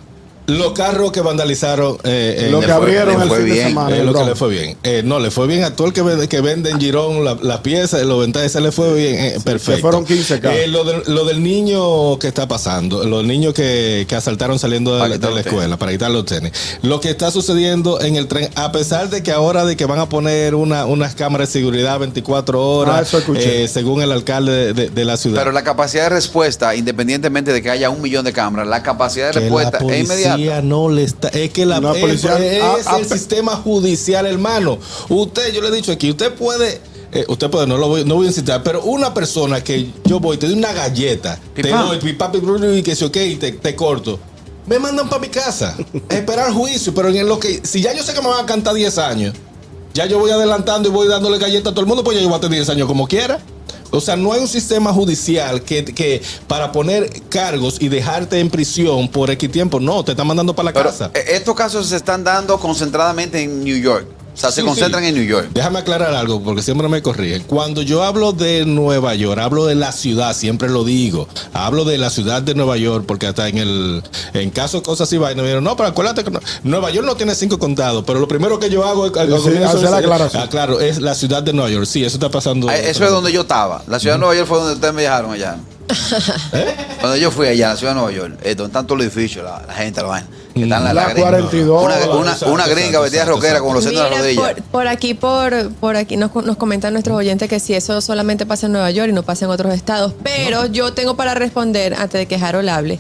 Speaker 5: Los carros que vandalizaron. eh, en
Speaker 3: Lo
Speaker 5: el-
Speaker 3: que
Speaker 2: fue-
Speaker 3: abrieron
Speaker 2: le
Speaker 3: el
Speaker 2: fue
Speaker 3: fin de
Speaker 2: bien,
Speaker 3: semana.
Speaker 5: Eh,
Speaker 3: el
Speaker 5: lo que
Speaker 3: Bronx.
Speaker 5: le fue bien. Eh, no, le fue bien a todo el que, ve- que vende en Girón la- las piezas, los ventas, se le fue bien. eh, perfecto.
Speaker 3: se fueron 15 casos.
Speaker 5: Eh, lo, del- lo del niño que está pasando, los niños que, que asaltaron saliendo de,
Speaker 2: Para
Speaker 5: la-
Speaker 2: quitar
Speaker 5: de la
Speaker 2: los tenis.
Speaker 5: escuela para quitar los tenis. Lo que está sucediendo en el tren, a pesar de que ahora de que van a poner una, unas cámaras de seguridad 24
Speaker 3: Ah,
Speaker 5: horas,
Speaker 3: eso escuché.
Speaker 5: eh, según el alcalde de, de- de la ciudad.
Speaker 2: Pero la capacidad de respuesta, independientemente de que haya un millón de cámaras, la capacidad de
Speaker 5: que la
Speaker 2: respuesta es inmediata.
Speaker 5: policía no le está es que la,
Speaker 3: La
Speaker 5: es-
Speaker 3: policía-
Speaker 5: es,
Speaker 3: ah, ah,
Speaker 5: el
Speaker 3: pe-
Speaker 5: sistema judicial hermano usted yo le he dicho aquí usted puede eh, usted puede no lo voy no voy a incitar pero una persona que yo voy te doy una galleta te
Speaker 2: Pipa.
Speaker 5: doy pipa, pipa, pipa, y que si ok y te, te corto me mandan para mi casa a esperar juicio pero en lo que si ya yo sé que me van a cantar 10 años ya yo voy adelantando y voy dándole galleta a todo el mundo, pues ya yo voy a tener 10 años como quiera. O sea, no hay un sistema judicial que, que para poner cargos y dejarte en prisión por X tiempo. No, te están mandando para la
Speaker 2: Pero
Speaker 5: casa.
Speaker 2: eh, estos casos se están dando concentradamente en New York. O sea, se
Speaker 5: Sí,
Speaker 2: concentran
Speaker 5: sí.
Speaker 2: en New York.
Speaker 5: Déjame aclarar algo porque siempre me corrigen. Cuando yo hablo de Nueva York, hablo de la ciudad, siempre lo digo. Hablo de la ciudad de Nueva York porque hasta en el en caso de cosas así va y me dijeron, no, pero acuérdate que no- Nueva York no tiene cinco condados, pero lo primero que yo hago es, al
Speaker 3: Sí,
Speaker 5: comienzo
Speaker 3: hacer
Speaker 5: es-
Speaker 3: la aclaración.
Speaker 5: Ah, claro, es la ciudad de Nueva York. Sí, eso está pasando.
Speaker 2: Ah, Eso es donde yo estaba. La ciudad de Nueva York fue donde ustedes me dejaron allá. ¿Eh? Cuando yo fui allá, la ciudad de Nueva York, eh, donde están todos los edificios, la, la gente, la vaina. que están
Speaker 3: La
Speaker 2: gringa.
Speaker 3: 42,
Speaker 2: Una,
Speaker 3: la-
Speaker 2: una-
Speaker 5: exacto,
Speaker 2: una gringa
Speaker 5: exacto,
Speaker 2: vestida de
Speaker 5: exacto,
Speaker 2: rockera con los senos en la
Speaker 4: Mira,
Speaker 2: rodilla.
Speaker 4: por, por aquí, por, por aquí nos, nos comentan nuestros oyentes que si eso solamente pasa en Nueva York y no pasa en otros estados. Pero yo tengo para responder antes de que Harold hable.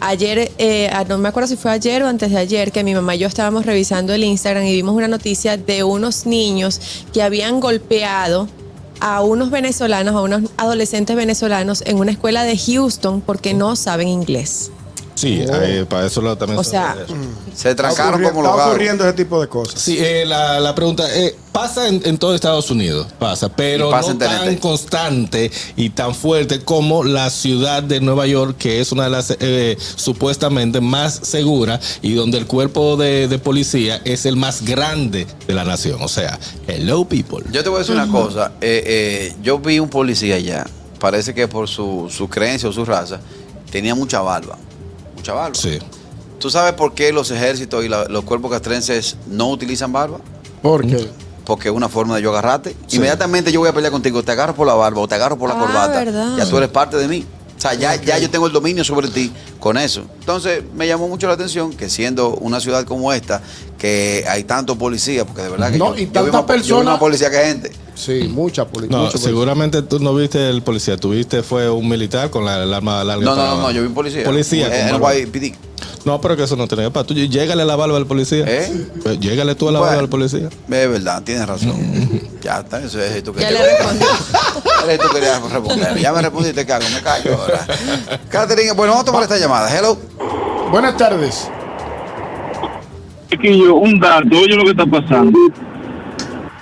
Speaker 4: Ayer, eh, ah, no me acuerdo si fue ayer o antes de ayer, que mi mamá y yo estábamos revisando el Instagram y vimos una noticia de unos niños que habían golpeado a unos venezolanos, a unos adolescentes venezolanos en una escuela de Houston porque no saben inglés.
Speaker 5: Sí, eh, para eso lo, también.
Speaker 4: Oh. O
Speaker 5: se-
Speaker 4: sea, mm.
Speaker 2: Se
Speaker 3: Está
Speaker 2: trancaron
Speaker 3: ocurri-
Speaker 2: como
Speaker 3: está
Speaker 2: los gatos.
Speaker 3: ocurriendo ese tipo de cosas.
Speaker 5: Sí, eh, la, la pregunta eh, pasa en, en todo Estados Unidos, pasa, pero
Speaker 2: Y pasa
Speaker 5: no
Speaker 2: en
Speaker 5: tan
Speaker 2: TNT.
Speaker 5: constante y tan fuerte como la ciudad de Nueva York, que es una de las eh, supuestamente más seguras y donde el cuerpo de, de policía es el más grande de la nación. O sea, hello people.
Speaker 2: Yo te voy a decir una cosa. Eh, eh, yo vi un policía allá. Parece que por su, su creencia o su raza tenía mucha barba. Mucha barba.
Speaker 5: Sí.
Speaker 2: ¿Tú sabes por qué los ejércitos y la- los cuerpos castrenses no utilizan barba?
Speaker 3: Porque
Speaker 2: Porque es una forma de yo agarrarte. Inmediatamente yo voy a pelear contigo. Te agarro por la barba o te agarro por la
Speaker 4: Ah,
Speaker 2: corbata.
Speaker 4: verdad.
Speaker 2: Ya tú eres parte de mí. O sea, ya, ya yo tengo el dominio sobre ti con eso. Entonces me llamó mucho la atención que siendo una ciudad como esta, que hay tanto policía, porque de verdad que
Speaker 10: No,
Speaker 2: yo,
Speaker 10: y
Speaker 2: yo vi
Speaker 10: tantas
Speaker 2: más, po- yo vi
Speaker 10: personas-
Speaker 2: más policía que gente.
Speaker 10: Sí, mucha política.
Speaker 5: No, seguramente tú no viste el policía, tuviste fue un militar con la, el arma larga.
Speaker 2: No, no,
Speaker 5: para-
Speaker 2: no, no, yo vi un policía.
Speaker 5: Policía.
Speaker 2: Eh,
Speaker 5: con
Speaker 2: el
Speaker 5: barba.
Speaker 2: YPD.
Speaker 5: No, pero que eso no tenía para tú. Llégale la barba al policía.
Speaker 2: ¿Eh?
Speaker 5: Pues Llégale tú a la
Speaker 2: Bueno.
Speaker 5: barba al policía.
Speaker 2: Es verdad, tienes razón. ya está, eso es esto que
Speaker 4: Ya
Speaker 2: te-
Speaker 4: le respondí.
Speaker 2: Ahora tú querías responder. Ya me respondiste, cago, me callo ahora. Catherine, bueno, vamos a tomar esta llamada. Hello.
Speaker 10: Buenas tardes.
Speaker 8: Chiquillo, un dato, oye lo que está pasando.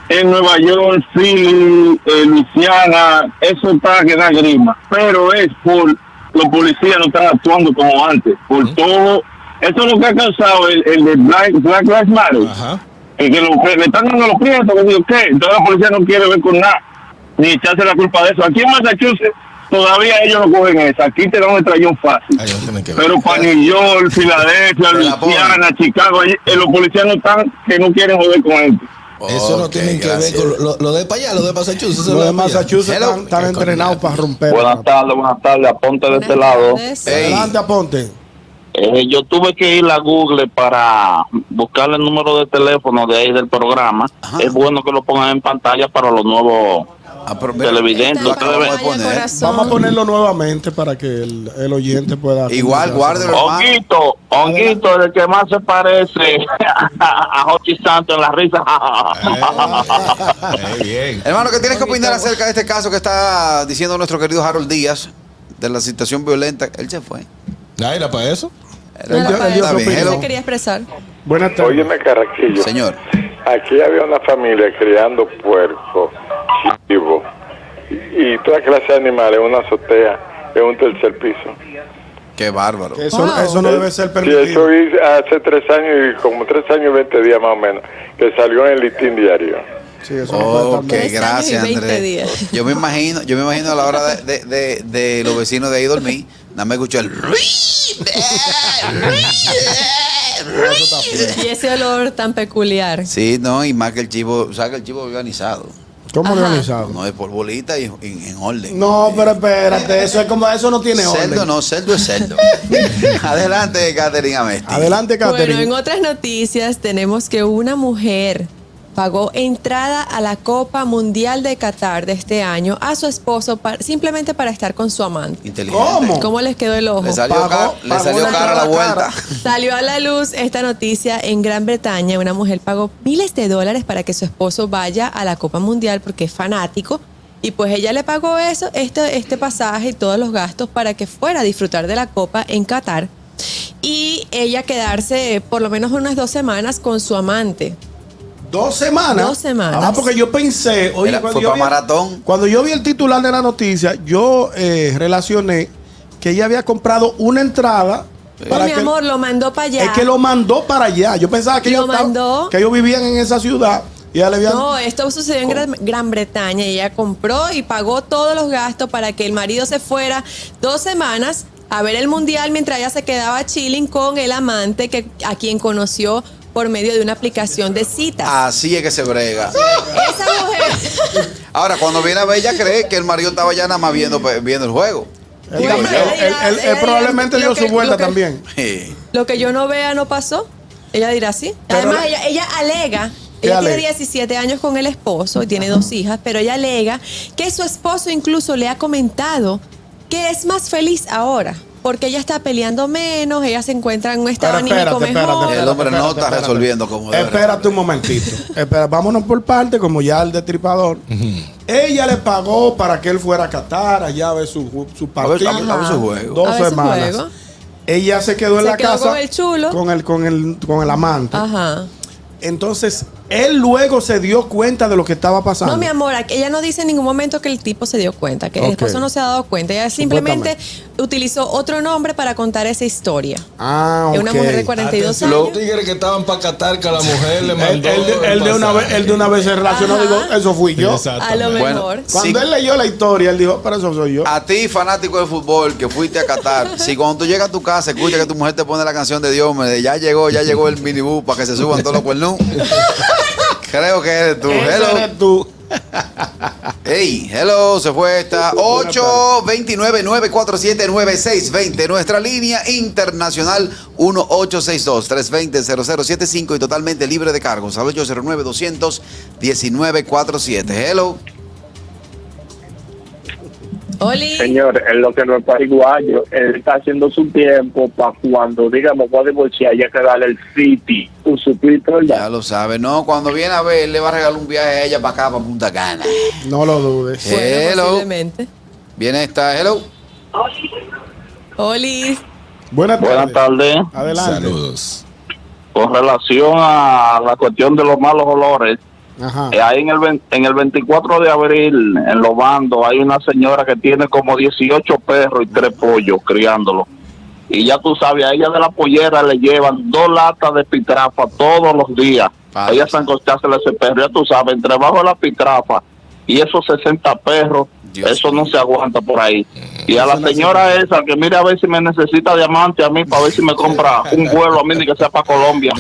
Speaker 8: En Nueva York, Philly, eh, Luisiana, eso está que da grima. Pero es por los policías no están actuando como antes. Por todo. Eso es lo que ha causado el, el de Black, Black Lives Matter.
Speaker 5: Ajá.
Speaker 8: Que, que lo- que le están dando a los clientes, que digo, ¿qué? Entonces la policía no quiere ver con nada. Ni echarse la culpa de eso. Aquí en Massachusetts todavía ellos no cogen eso. Aquí te dan el trayón fácil.
Speaker 5: Ahí no tienen que ver.
Speaker 8: Pero para New York, Filadelfia,
Speaker 2: Te la
Speaker 8: Luisiana, Chicago, allí, eh, los policías no están que no quieren joder con gente.
Speaker 5: eso no
Speaker 2: Ok,
Speaker 5: tiene que ver
Speaker 2: gracias.
Speaker 5: con lo- lo, lo de para allá, lo de Massachusetts. eso es
Speaker 3: los
Speaker 5: para allá.
Speaker 3: de Massachusetts
Speaker 2: Hello.
Speaker 3: están, están entrenados para romper.
Speaker 9: Buenas tardes, buenas tardes. Aponte de este
Speaker 4: Buenas
Speaker 9: lado.
Speaker 4: tardes.
Speaker 2: Ey.
Speaker 3: Adelante, aponte.
Speaker 9: Eh, yo tuve que ir a Google para buscar el número de teléfono de ahí del programa.
Speaker 2: Ajá.
Speaker 9: Es bueno que lo pongan en pantalla para los nuevos.
Speaker 2: Ah, pero mira,
Speaker 9: Televidente,
Speaker 4: Está en
Speaker 2: lo acabamos de
Speaker 4: pantalla,
Speaker 2: poner.
Speaker 4: corazón.
Speaker 3: Vamos a ponerlo nuevamente para que el, el oyente pueda.
Speaker 2: Igual, guárdelo, hermano.
Speaker 9: Honguito, Honguito, el que más se parece a Jochi Santo en la risa.
Speaker 5: Eh, bien.
Speaker 2: Hermano, ¿qué tienes que opinar acerca de este caso que está diciendo nuestro querido Harold Díaz de la situación violenta? Él se fue.
Speaker 5: Nada, era para eso.
Speaker 4: No era
Speaker 3: Él dio-
Speaker 4: para
Speaker 3: él dio
Speaker 4: eso.
Speaker 2: su
Speaker 4: Yo
Speaker 2: opinión.
Speaker 4: se quería expresar.
Speaker 3: Buenas tardes.
Speaker 11: Óyeme, Carraquillo.
Speaker 2: Señor.
Speaker 11: Aquí había una familia criando puerco, chivo y toda clase de animales en una azotea, en un tercer piso.
Speaker 2: Qué bárbaro.
Speaker 3: Eso,
Speaker 4: Wow.
Speaker 3: eso no debe ser
Speaker 11: Y eso
Speaker 3: permitido.
Speaker 11: hice hace tres años y como tres años y veinte días más o menos, que salió en el listín diario.
Speaker 3: Sí, eso no puede estar
Speaker 2: Ok,
Speaker 3: mal.
Speaker 4: Tres
Speaker 2: gracias
Speaker 4: años y 20
Speaker 2: Andrés.
Speaker 4: días.
Speaker 2: Yo me imagino, yo me imagino a la hora de, de- de- de los vecinos de ahí dormir, nada más escucho el
Speaker 4: Y ese olor tan peculiar.
Speaker 2: Sí, no, y más que el chivo, o sea que el chivo organizado.
Speaker 3: ¿Cómo
Speaker 4: Ajá.
Speaker 3: organizado?
Speaker 2: No es por bolita y en, en orden.
Speaker 3: No, pero espérate, eso es como eso no tiene
Speaker 2: Cerdo
Speaker 3: orden.
Speaker 2: no, cerdo es cerdo. Adelante, Catherine Amesti.
Speaker 3: Adelante,
Speaker 4: Bueno,
Speaker 3: Catherine.
Speaker 4: en otras noticias tenemos que una mujer pagó entrada a la Copa Mundial de Qatar de este año a su esposo pa- simplemente para estar con su amante.
Speaker 2: Inteligente.
Speaker 3: ¿Cómo?
Speaker 4: ¿Cómo les quedó el ojo?
Speaker 2: Le salió,
Speaker 3: Pagó-
Speaker 2: caro, le
Speaker 3: pagó
Speaker 2: salió
Speaker 3: la
Speaker 2: cara la
Speaker 3: cara.
Speaker 2: vuelta.
Speaker 4: Salió a la luz esta noticia en Gran Bretaña. Una mujer pagó miles de dólares para que su esposo vaya a la Copa Mundial porque es fanático. Y pues ella le pagó eso, este, este pasaje y todos los gastos para que fuera a disfrutar de la Copa en Qatar. Y ella quedarse por lo menos unas dos semanas con su amante.
Speaker 3: Dos semanas.
Speaker 4: Dos semanas.
Speaker 3: Ah, porque yo pensé, oye,
Speaker 2: Era-
Speaker 3: cuando,
Speaker 2: fue
Speaker 3: yo
Speaker 2: para
Speaker 3: vi,
Speaker 2: maratón.
Speaker 3: cuando yo vi el titular de la noticia, yo eh, relacioné que ella había comprado una entrada para
Speaker 4: No, mi
Speaker 3: que
Speaker 4: amor, lo mandó para allá.
Speaker 3: es que lo mandó para allá. Yo pensaba que
Speaker 4: Lo
Speaker 3: ellos, estaban-
Speaker 4: mandó.
Speaker 3: que ellos vivían en esa ciudad y ella le habían
Speaker 4: No, esto sucedió en Gran, Gran Bretaña. y Ella compró y pagó todos los gastos para que el marido se fuera dos semanas a ver el mundial mientras ella se quedaba chilling con el amante que, a quien conoció por medio de una aplicación de citas.
Speaker 3: Ah.
Speaker 2: Así es que se brega.
Speaker 4: Esa mujer.
Speaker 2: Ahora, cuando viene a ver, ella cree que el marido estaba ya nada más viendo, pues, viendo el juego.
Speaker 3: Él-
Speaker 4: Bueno,
Speaker 3: él-
Speaker 4: pues, ella
Speaker 3: él-
Speaker 4: dirá-
Speaker 3: él-
Speaker 4: ella
Speaker 3: él probablemente
Speaker 4: dirá
Speaker 3: dio
Speaker 4: lo
Speaker 3: su
Speaker 4: que-
Speaker 3: vuelta
Speaker 4: lo que-
Speaker 3: también.
Speaker 2: Sí.
Speaker 4: Lo que yo no vea no pasó. Ella dirá sí.
Speaker 3: Pero
Speaker 4: Además,
Speaker 3: le-
Speaker 4: ella, ella alega.
Speaker 3: ¿Qué
Speaker 4: Ella
Speaker 3: alega?
Speaker 4: tiene 17 años con el esposo y tiene dos hijas, pero ella alega que su esposo incluso le ha comentado que es más feliz ahora, porque ella está peleando menos, ella se encuentra en un estado
Speaker 3: Pero
Speaker 4: anímico
Speaker 3: espérate, espérate,
Speaker 4: mejor.
Speaker 3: espérate,
Speaker 2: El hombre no
Speaker 3: espérate,
Speaker 2: está
Speaker 3: espérate.
Speaker 2: resolviendo como debe
Speaker 3: Espérate un momentito. Espera, vámonos por parte, como ya el destripador. Ella le pagó para que él fuera a Qatar, allá a ver su, ju- su
Speaker 2: A ver,
Speaker 3: partido.
Speaker 2: a ver, a ver su juego.
Speaker 3: Dos
Speaker 4: A ver su
Speaker 3: semanas.
Speaker 4: juego.
Speaker 3: Ella se quedó en
Speaker 4: Se
Speaker 3: la
Speaker 4: quedó
Speaker 3: casa
Speaker 4: con el chulo. Ah.
Speaker 3: Con el, con el, con el amante.
Speaker 4: Ajá.
Speaker 3: Entonces, Él luego se dio cuenta de lo que estaba pasando.
Speaker 4: No, mi amor, aquí- ella no dice en ningún momento que el tipo se dio cuenta, que el
Speaker 3: Ok.
Speaker 4: esposo no se ha dado cuenta. Ella simplemente utilizó otro nombre para contar esa historia.
Speaker 3: Ah,
Speaker 4: Es una
Speaker 3: ok.
Speaker 4: mujer de 42
Speaker 5: Los
Speaker 4: años.
Speaker 5: tigres que estaban para Qatar que a la mujer le
Speaker 3: Él,
Speaker 5: mandó.
Speaker 3: él de- él de una vez, él de una vez se relacionó,
Speaker 4: Ajá.
Speaker 3: digo, eso fui yo.
Speaker 4: A lo mejor.
Speaker 3: Cuando él leyó la historia, él dijo, pero eso soy yo.
Speaker 2: A ti, fanático del fútbol, que fuiste a Qatar, si cuando tú llegas a tu casa escucha que tu mujer te pone la canción de Dios, me de, ya llegó, ya llegó el minibús para que se suban todos los cuernos. Creo que eres tú.
Speaker 3: Ese
Speaker 2: Hello.
Speaker 3: eres tú.
Speaker 2: Hey, hello, se fue esta 829-947-9620. Nuestra línea internacional 1862-320-0075 y totalmente libre de cargos al 809-219-47. Hello.
Speaker 4: Oli.
Speaker 12: Señor, es lo que no es paraguayo. Él está haciendo su tiempo para cuando, digamos, va a divorciar, ya que darle el City. Tú supiste, ¿verdad?
Speaker 2: Ya lo sabe, ¿no? Cuando viene a ver, le va a regalar un viaje a ella para acá, para Punta Cana.
Speaker 3: No lo dudes.
Speaker 2: Hello. Viene esta, hello.
Speaker 4: Oli.
Speaker 3: Buenas
Speaker 12: tardes.
Speaker 3: Adelante.
Speaker 5: Saludos.
Speaker 9: Con relación a la cuestión de los malos olores,
Speaker 3: Ajá.
Speaker 9: eh, ahí en el, ven- en el 24 de abril, en Los Bandos, hay una señora que tiene como 18 perros y tres pollos criándolos. Y ya tú sabes, a ella de la pollera le llevan dos latas de pitrafa todos los días. A ella sancochársela ese perro, ya tú sabes, entre bajo de la pitrafa y esos 60 perros, eso no se aguanta por ahí. Y a la señora esa, que mira a ver si me necesita diamante a mí, para ver si me compra un vuelo a mí, ni que sea para Colombia.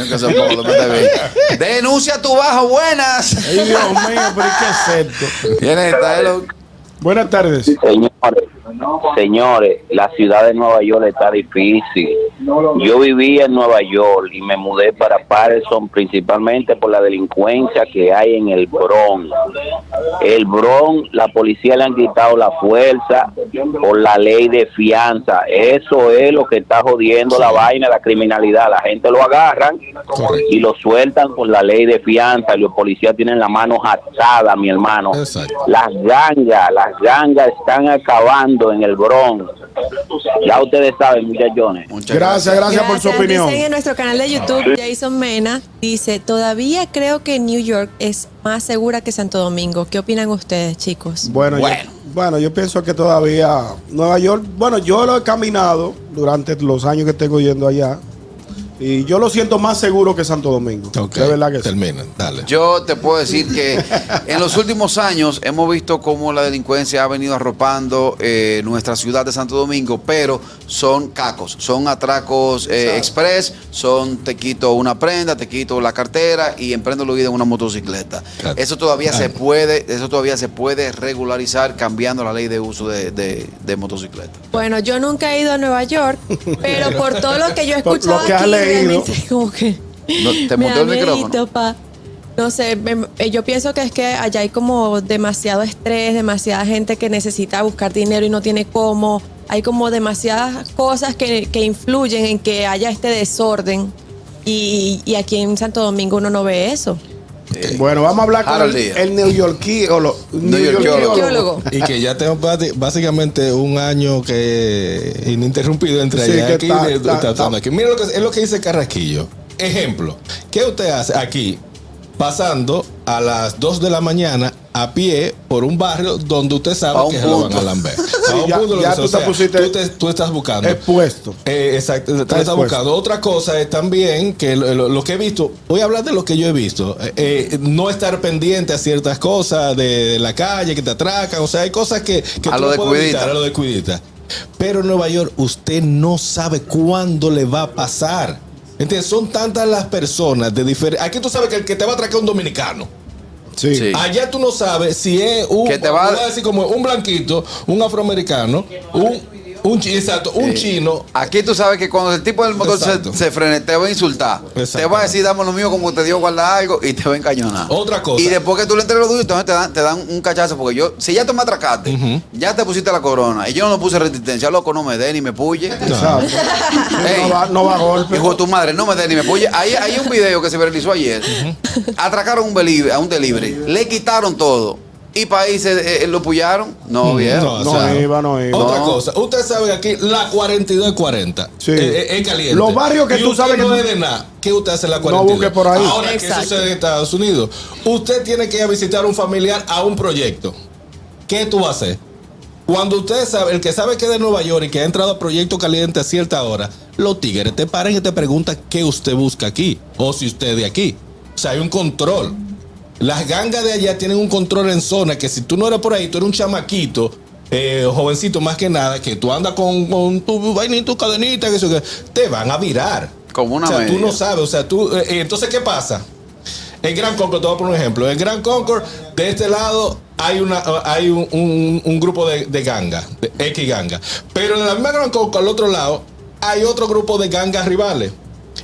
Speaker 2: Denuncia tu bajo, buenas.
Speaker 3: Ay, Dios mío, pero ¿y qué es esto? Buenas tardes.
Speaker 7: Señores, señores, la ciudad de Nueva York está difícil. Yo vivía en Nueva York y me mudé para Patterson principalmente por la delincuencia que hay en el Bronx. El Bronx, la policía le han quitado la fuerza por la ley de fianza. Eso es lo que está jodiendo la vaina, la criminalidad. La gente lo agarran y lo sueltan por la ley de fianza. Los policías tienen la mano atada, mi hermano. Las gangas, las gangas están acabando en el Bronx. Ya ustedes saben, muchachones.
Speaker 3: Gracias, gracias por su opinión.
Speaker 4: Dicen en nuestro canal de YouTube, Jason Mena dice, todavía creo que New York es más segura que Santo Domingo. ¿Qué opinan ustedes, chicos?
Speaker 3: Bueno, Yo, bueno, yo pienso que todavía Nueva York, bueno, yo lo he caminado durante los años que tengo yendo allá y yo lo siento más seguro que Santo Domingo. De verdad que
Speaker 5: Termina, dale.
Speaker 2: Yo te puedo decir que en los últimos años hemos visto cómo la delincuencia ha venido arropando eh, nuestra ciudad de Santo Domingo, pero son cacos, son atracos eh, express, son te quito una prenda, te quito la cartera y emprendo la vida en una motocicleta. Eso todavía se puede, eso todavía se puede regularizar cambiando la ley de uso de, de, de motocicleta.
Speaker 4: Bueno, yo nunca he ido a Nueva York, pero por todo lo que yo he
Speaker 2: Por lo
Speaker 4: escuchado
Speaker 2: que has
Speaker 4: aquí,
Speaker 2: leído.
Speaker 4: realmente, como que
Speaker 2: No, te
Speaker 4: me
Speaker 2: montó el
Speaker 4: da
Speaker 2: micrófono.
Speaker 4: miedito, pa. No sé, me- eh, yo pienso que es que allá hay como demasiado estrés, demasiada gente que necesita buscar dinero y no tiene cómo. Hay como demasiadas cosas que, que influyen en que haya este desorden. Y, y aquí en Santo Domingo uno no ve eso.
Speaker 2: Eh,
Speaker 3: Bueno, vamos a hablar con
Speaker 5: Harold
Speaker 3: el,
Speaker 5: Díaz.
Speaker 3: el neoyorquíolo- neoyorquiólogo.
Speaker 5: Neoyorquiólogo. Y que ya tengo basi- básicamente un año que ininterrumpido entre
Speaker 3: Sí,
Speaker 5: allá y
Speaker 3: que
Speaker 5: aquí,
Speaker 3: está-
Speaker 5: de-
Speaker 3: está-
Speaker 5: está- estando aquí. Mira lo que es lo que dice Carrasquillo. Ejemplo, ¿qué usted hace aquí pasando a las 2 de la mañana a pie por un barrio donde usted sabe
Speaker 3: A un
Speaker 5: que se lo van
Speaker 3: punto.
Speaker 5: a lamber?
Speaker 3: Sí,
Speaker 5: A un
Speaker 3: ya-
Speaker 5: punto lo
Speaker 3: ya
Speaker 5: que sea.
Speaker 3: tú te
Speaker 5: O sea,
Speaker 3: pusiste
Speaker 5: tú te- tú estás buscando.
Speaker 3: Expuesto.
Speaker 5: Eh, exacto, está,
Speaker 3: Tres
Speaker 5: está
Speaker 3: puestos.
Speaker 5: buscando. Otra cosa es también que lo, lo- lo que he visto, voy a hablar de lo que yo he visto, eh, eh, no estar pendiente a ciertas cosas de, de la calle que te atracan, o sea, hay cosas que, que
Speaker 2: A lo
Speaker 5: no
Speaker 2: de
Speaker 5: puedes evitar,
Speaker 2: cuidita.
Speaker 5: a lo de cuidita. Pero en Nueva York usted no sabe cuándo le va a pasar. Entonces son tantas las personas de diferentes... Aquí tú sabes que el que te va a atracar es un dominicano.
Speaker 2: Sí.
Speaker 5: Allá tú no sabes si es un,
Speaker 2: Que te va-
Speaker 5: voy a decir como un blanquito, un afroamericano, un, un chi- exacto, un
Speaker 2: Eh,
Speaker 5: chino.
Speaker 2: Aquí tú sabes que cuando el tipo del motor se, se frene, te va a insultar. Te va a decir, dame lo mío como te dio guardar algo y te va a encañonar.
Speaker 5: Otra cosa.
Speaker 2: Y después que tú le entregas lo tuyo, entonces te dan, te dan un cachazo. Porque yo, si ya tú me atracaste, ya te pusiste la corona y yo no puse resistencia, loco, no me dé ni me puye.
Speaker 3: No va- no va a golpe.
Speaker 2: Hijo de tu madre, no me dé ni me puye. Ahí hay un video que se realizó ayer. Atracaron un belive- a un delivery, le quitaron todo. Y países eh, lo puyaron. No, vieron.
Speaker 5: No,
Speaker 2: o
Speaker 5: no
Speaker 2: sea,
Speaker 3: iba, no iba.
Speaker 5: Otra
Speaker 2: No.
Speaker 5: cosa, usted sabe que aquí la 4240
Speaker 3: Sí.
Speaker 5: es, eh, es- es caliente.
Speaker 3: Los barrios que
Speaker 5: Y
Speaker 3: tú
Speaker 5: usted
Speaker 3: sabes que
Speaker 5: no
Speaker 3: tú-
Speaker 5: es de nada. ¿Qué usted hace en la
Speaker 3: No
Speaker 5: 42?
Speaker 3: busque por ahí.
Speaker 5: Ahora, ¿qué
Speaker 3: Exacto.
Speaker 5: sucede en Estados Unidos? Usted tiene que ir a visitar a un familiar a un proyecto. ¿Qué tú vas a hacer? Cuando usted sabe, el que sabe que es de Nueva York y que ha entrado a proyecto caliente a cierta hora, los tigres te paran y te preguntan qué usted busca aquí o si usted es de aquí. O sea, hay un control. Las gangas de allá tienen un control en zona que si tú no eres por ahí, tú eres un chamaquito, eh, jovencito más que nada, que tú andas con, con tu vainita, tu cadenita, que eso, que te van a virar.
Speaker 2: Como una
Speaker 5: O sea, tú
Speaker 2: media.
Speaker 5: no sabes, o sea, tú. eh, eh, entonces, ¿qué pasa? El Gran Concord, te voy a poner un ejemplo. El Gran Concord, de este lado hay, una, eh, hay un, un- un grupo de, de ganga, de X ganga. Pero en la misma Gran Concord, al otro lado, hay otro grupo de gangas rivales.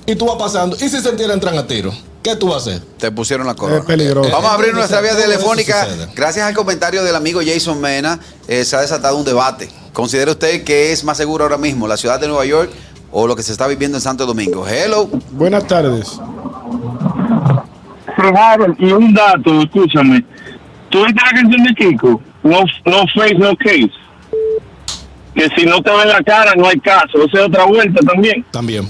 Speaker 5: Y tú vas pasando. ¿Y si se entierran, entran a tiro? ¿Qué tú vas a hacer?
Speaker 2: Te pusieron la corona.
Speaker 5: Es peligroso.
Speaker 2: Vamos a abrir nuestra vía
Speaker 5: Todo eso
Speaker 2: telefónica.
Speaker 5: sucede.
Speaker 2: Gracias al comentario del amigo Jason Mena, eh, se ha desatado un debate. ¿Considera usted que es más seguro ahora mismo la ciudad de Nueva York o lo que se está viviendo en Santo Domingo? Hello.
Speaker 3: Buenas tardes.
Speaker 8: Harold, y un dato, escúchame. ¿Tú viste la canción de Kiko? No, no face, no case. Que si no te ven la cara, no hay caso. Esa es otra vuelta también.
Speaker 5: También.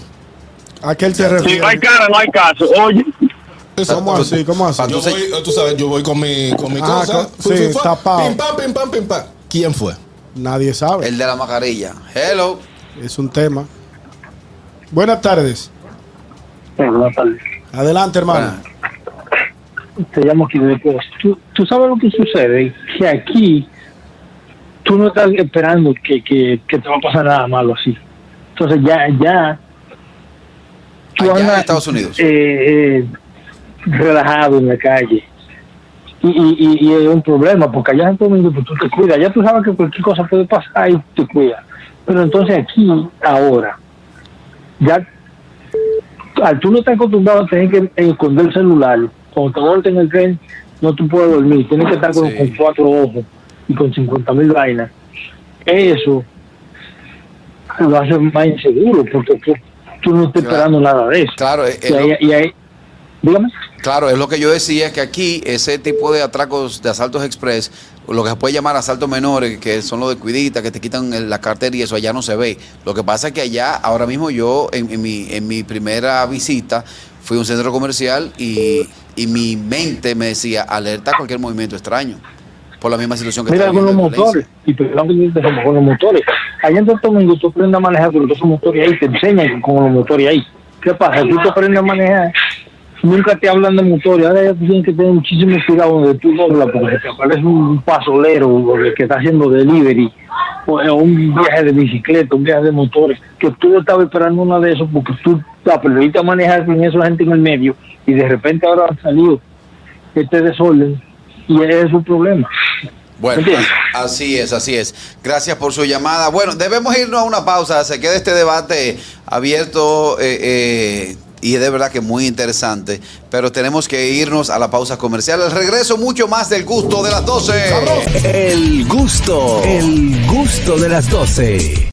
Speaker 3: ¿A qué él se
Speaker 8: Si
Speaker 3: refiere?
Speaker 8: no hay cara, no hay caso. Oye.
Speaker 3: ¿Cómo así? ¿Cómo así?
Speaker 5: Yo voy, eh, tú sabes, yo voy con mi, con mi
Speaker 3: Ah,
Speaker 5: cosa.
Speaker 3: co-
Speaker 5: Fui,
Speaker 3: sí,
Speaker 5: fui, fue.
Speaker 3: tapado.
Speaker 5: Pim, pam, pim, pam, pim, pam. ¿Quién fue?
Speaker 3: Nadie sabe.
Speaker 2: El de la mascarilla. Hello.
Speaker 3: Es un tema. Buenas tardes.
Speaker 13: Buenas tardes.
Speaker 3: Adelante, hermano.
Speaker 13: Te llamo aquí de Poz. ¿Tú, tú sabes lo que sucede, que aquí tú no estás esperando que, que, que te va a pasar nada malo así. Entonces ya, ya, tú andas,
Speaker 2: Estados Unidos.
Speaker 13: eh, eh, relajado en la calle. Y, y, y- y es un problema, porque allá en todo el mundo tú te cuidas, ya tú sabes que cualquier cosa puede pasar y te cuidas. Pero entonces aquí, ahora, ya al tú no estás acostumbrado a tener que esconder el celular, cuando te montas en el tren, no tú puedes dormir, tienes que estar con, con cuatro ojos y con 50 mil vainas. Eso lo hace más inseguro, porque tú, tú no estás esperando nada de eso.
Speaker 2: Claro, eh,
Speaker 13: y
Speaker 2: eh,
Speaker 13: ahí, y ahí- dígame.
Speaker 2: Claro, es lo que yo decía, que aquí ese tipo de atracos de asaltos express, o lo que se puede llamar asaltos menores, que son los de cuidita, que te quitan el- la cartera y eso allá no se ve. Lo que pasa es que allá, ahora mismo yo, en, en mi, en mi primera visita, fui a un centro comercial y, y mi mente me decía, alerta a cualquier movimiento extraño, por la misma situación que
Speaker 13: Mira
Speaker 2: está
Speaker 13: con los
Speaker 2: viviendo en
Speaker 13: motores, y perdón que te interrumpa, con los motores. Allá en Puerto Domingo tú aprendes a manejar con los motores ahí, te enseñan con los motores ahí. ¿Qué pasa? Tú te aprendes a manejar, nunca te hablan de motores, ahora ya tú tienes que tener muchísimo cuidado donde tú doblas, porque te aparece un pasolero o el que está haciendo delivery, o, o un viaje de bicicleta, un viaje de motores, que tú no estabas esperando una de esos porque tú te aprendiste a manejar con esa gente en el medio y de repente ahora han salido este desorden y ese es un problema.
Speaker 2: Bueno, así es, así es. Gracias por su llamada. Bueno, debemos irnos a una pausa. Se queda este debate abierto eh, eh, y de verdad que muy interesante. Pero tenemos que irnos a la pausa comercial. Al regreso, mucho más del gusto de las 12.
Speaker 1: El gusto, el gusto de las 12.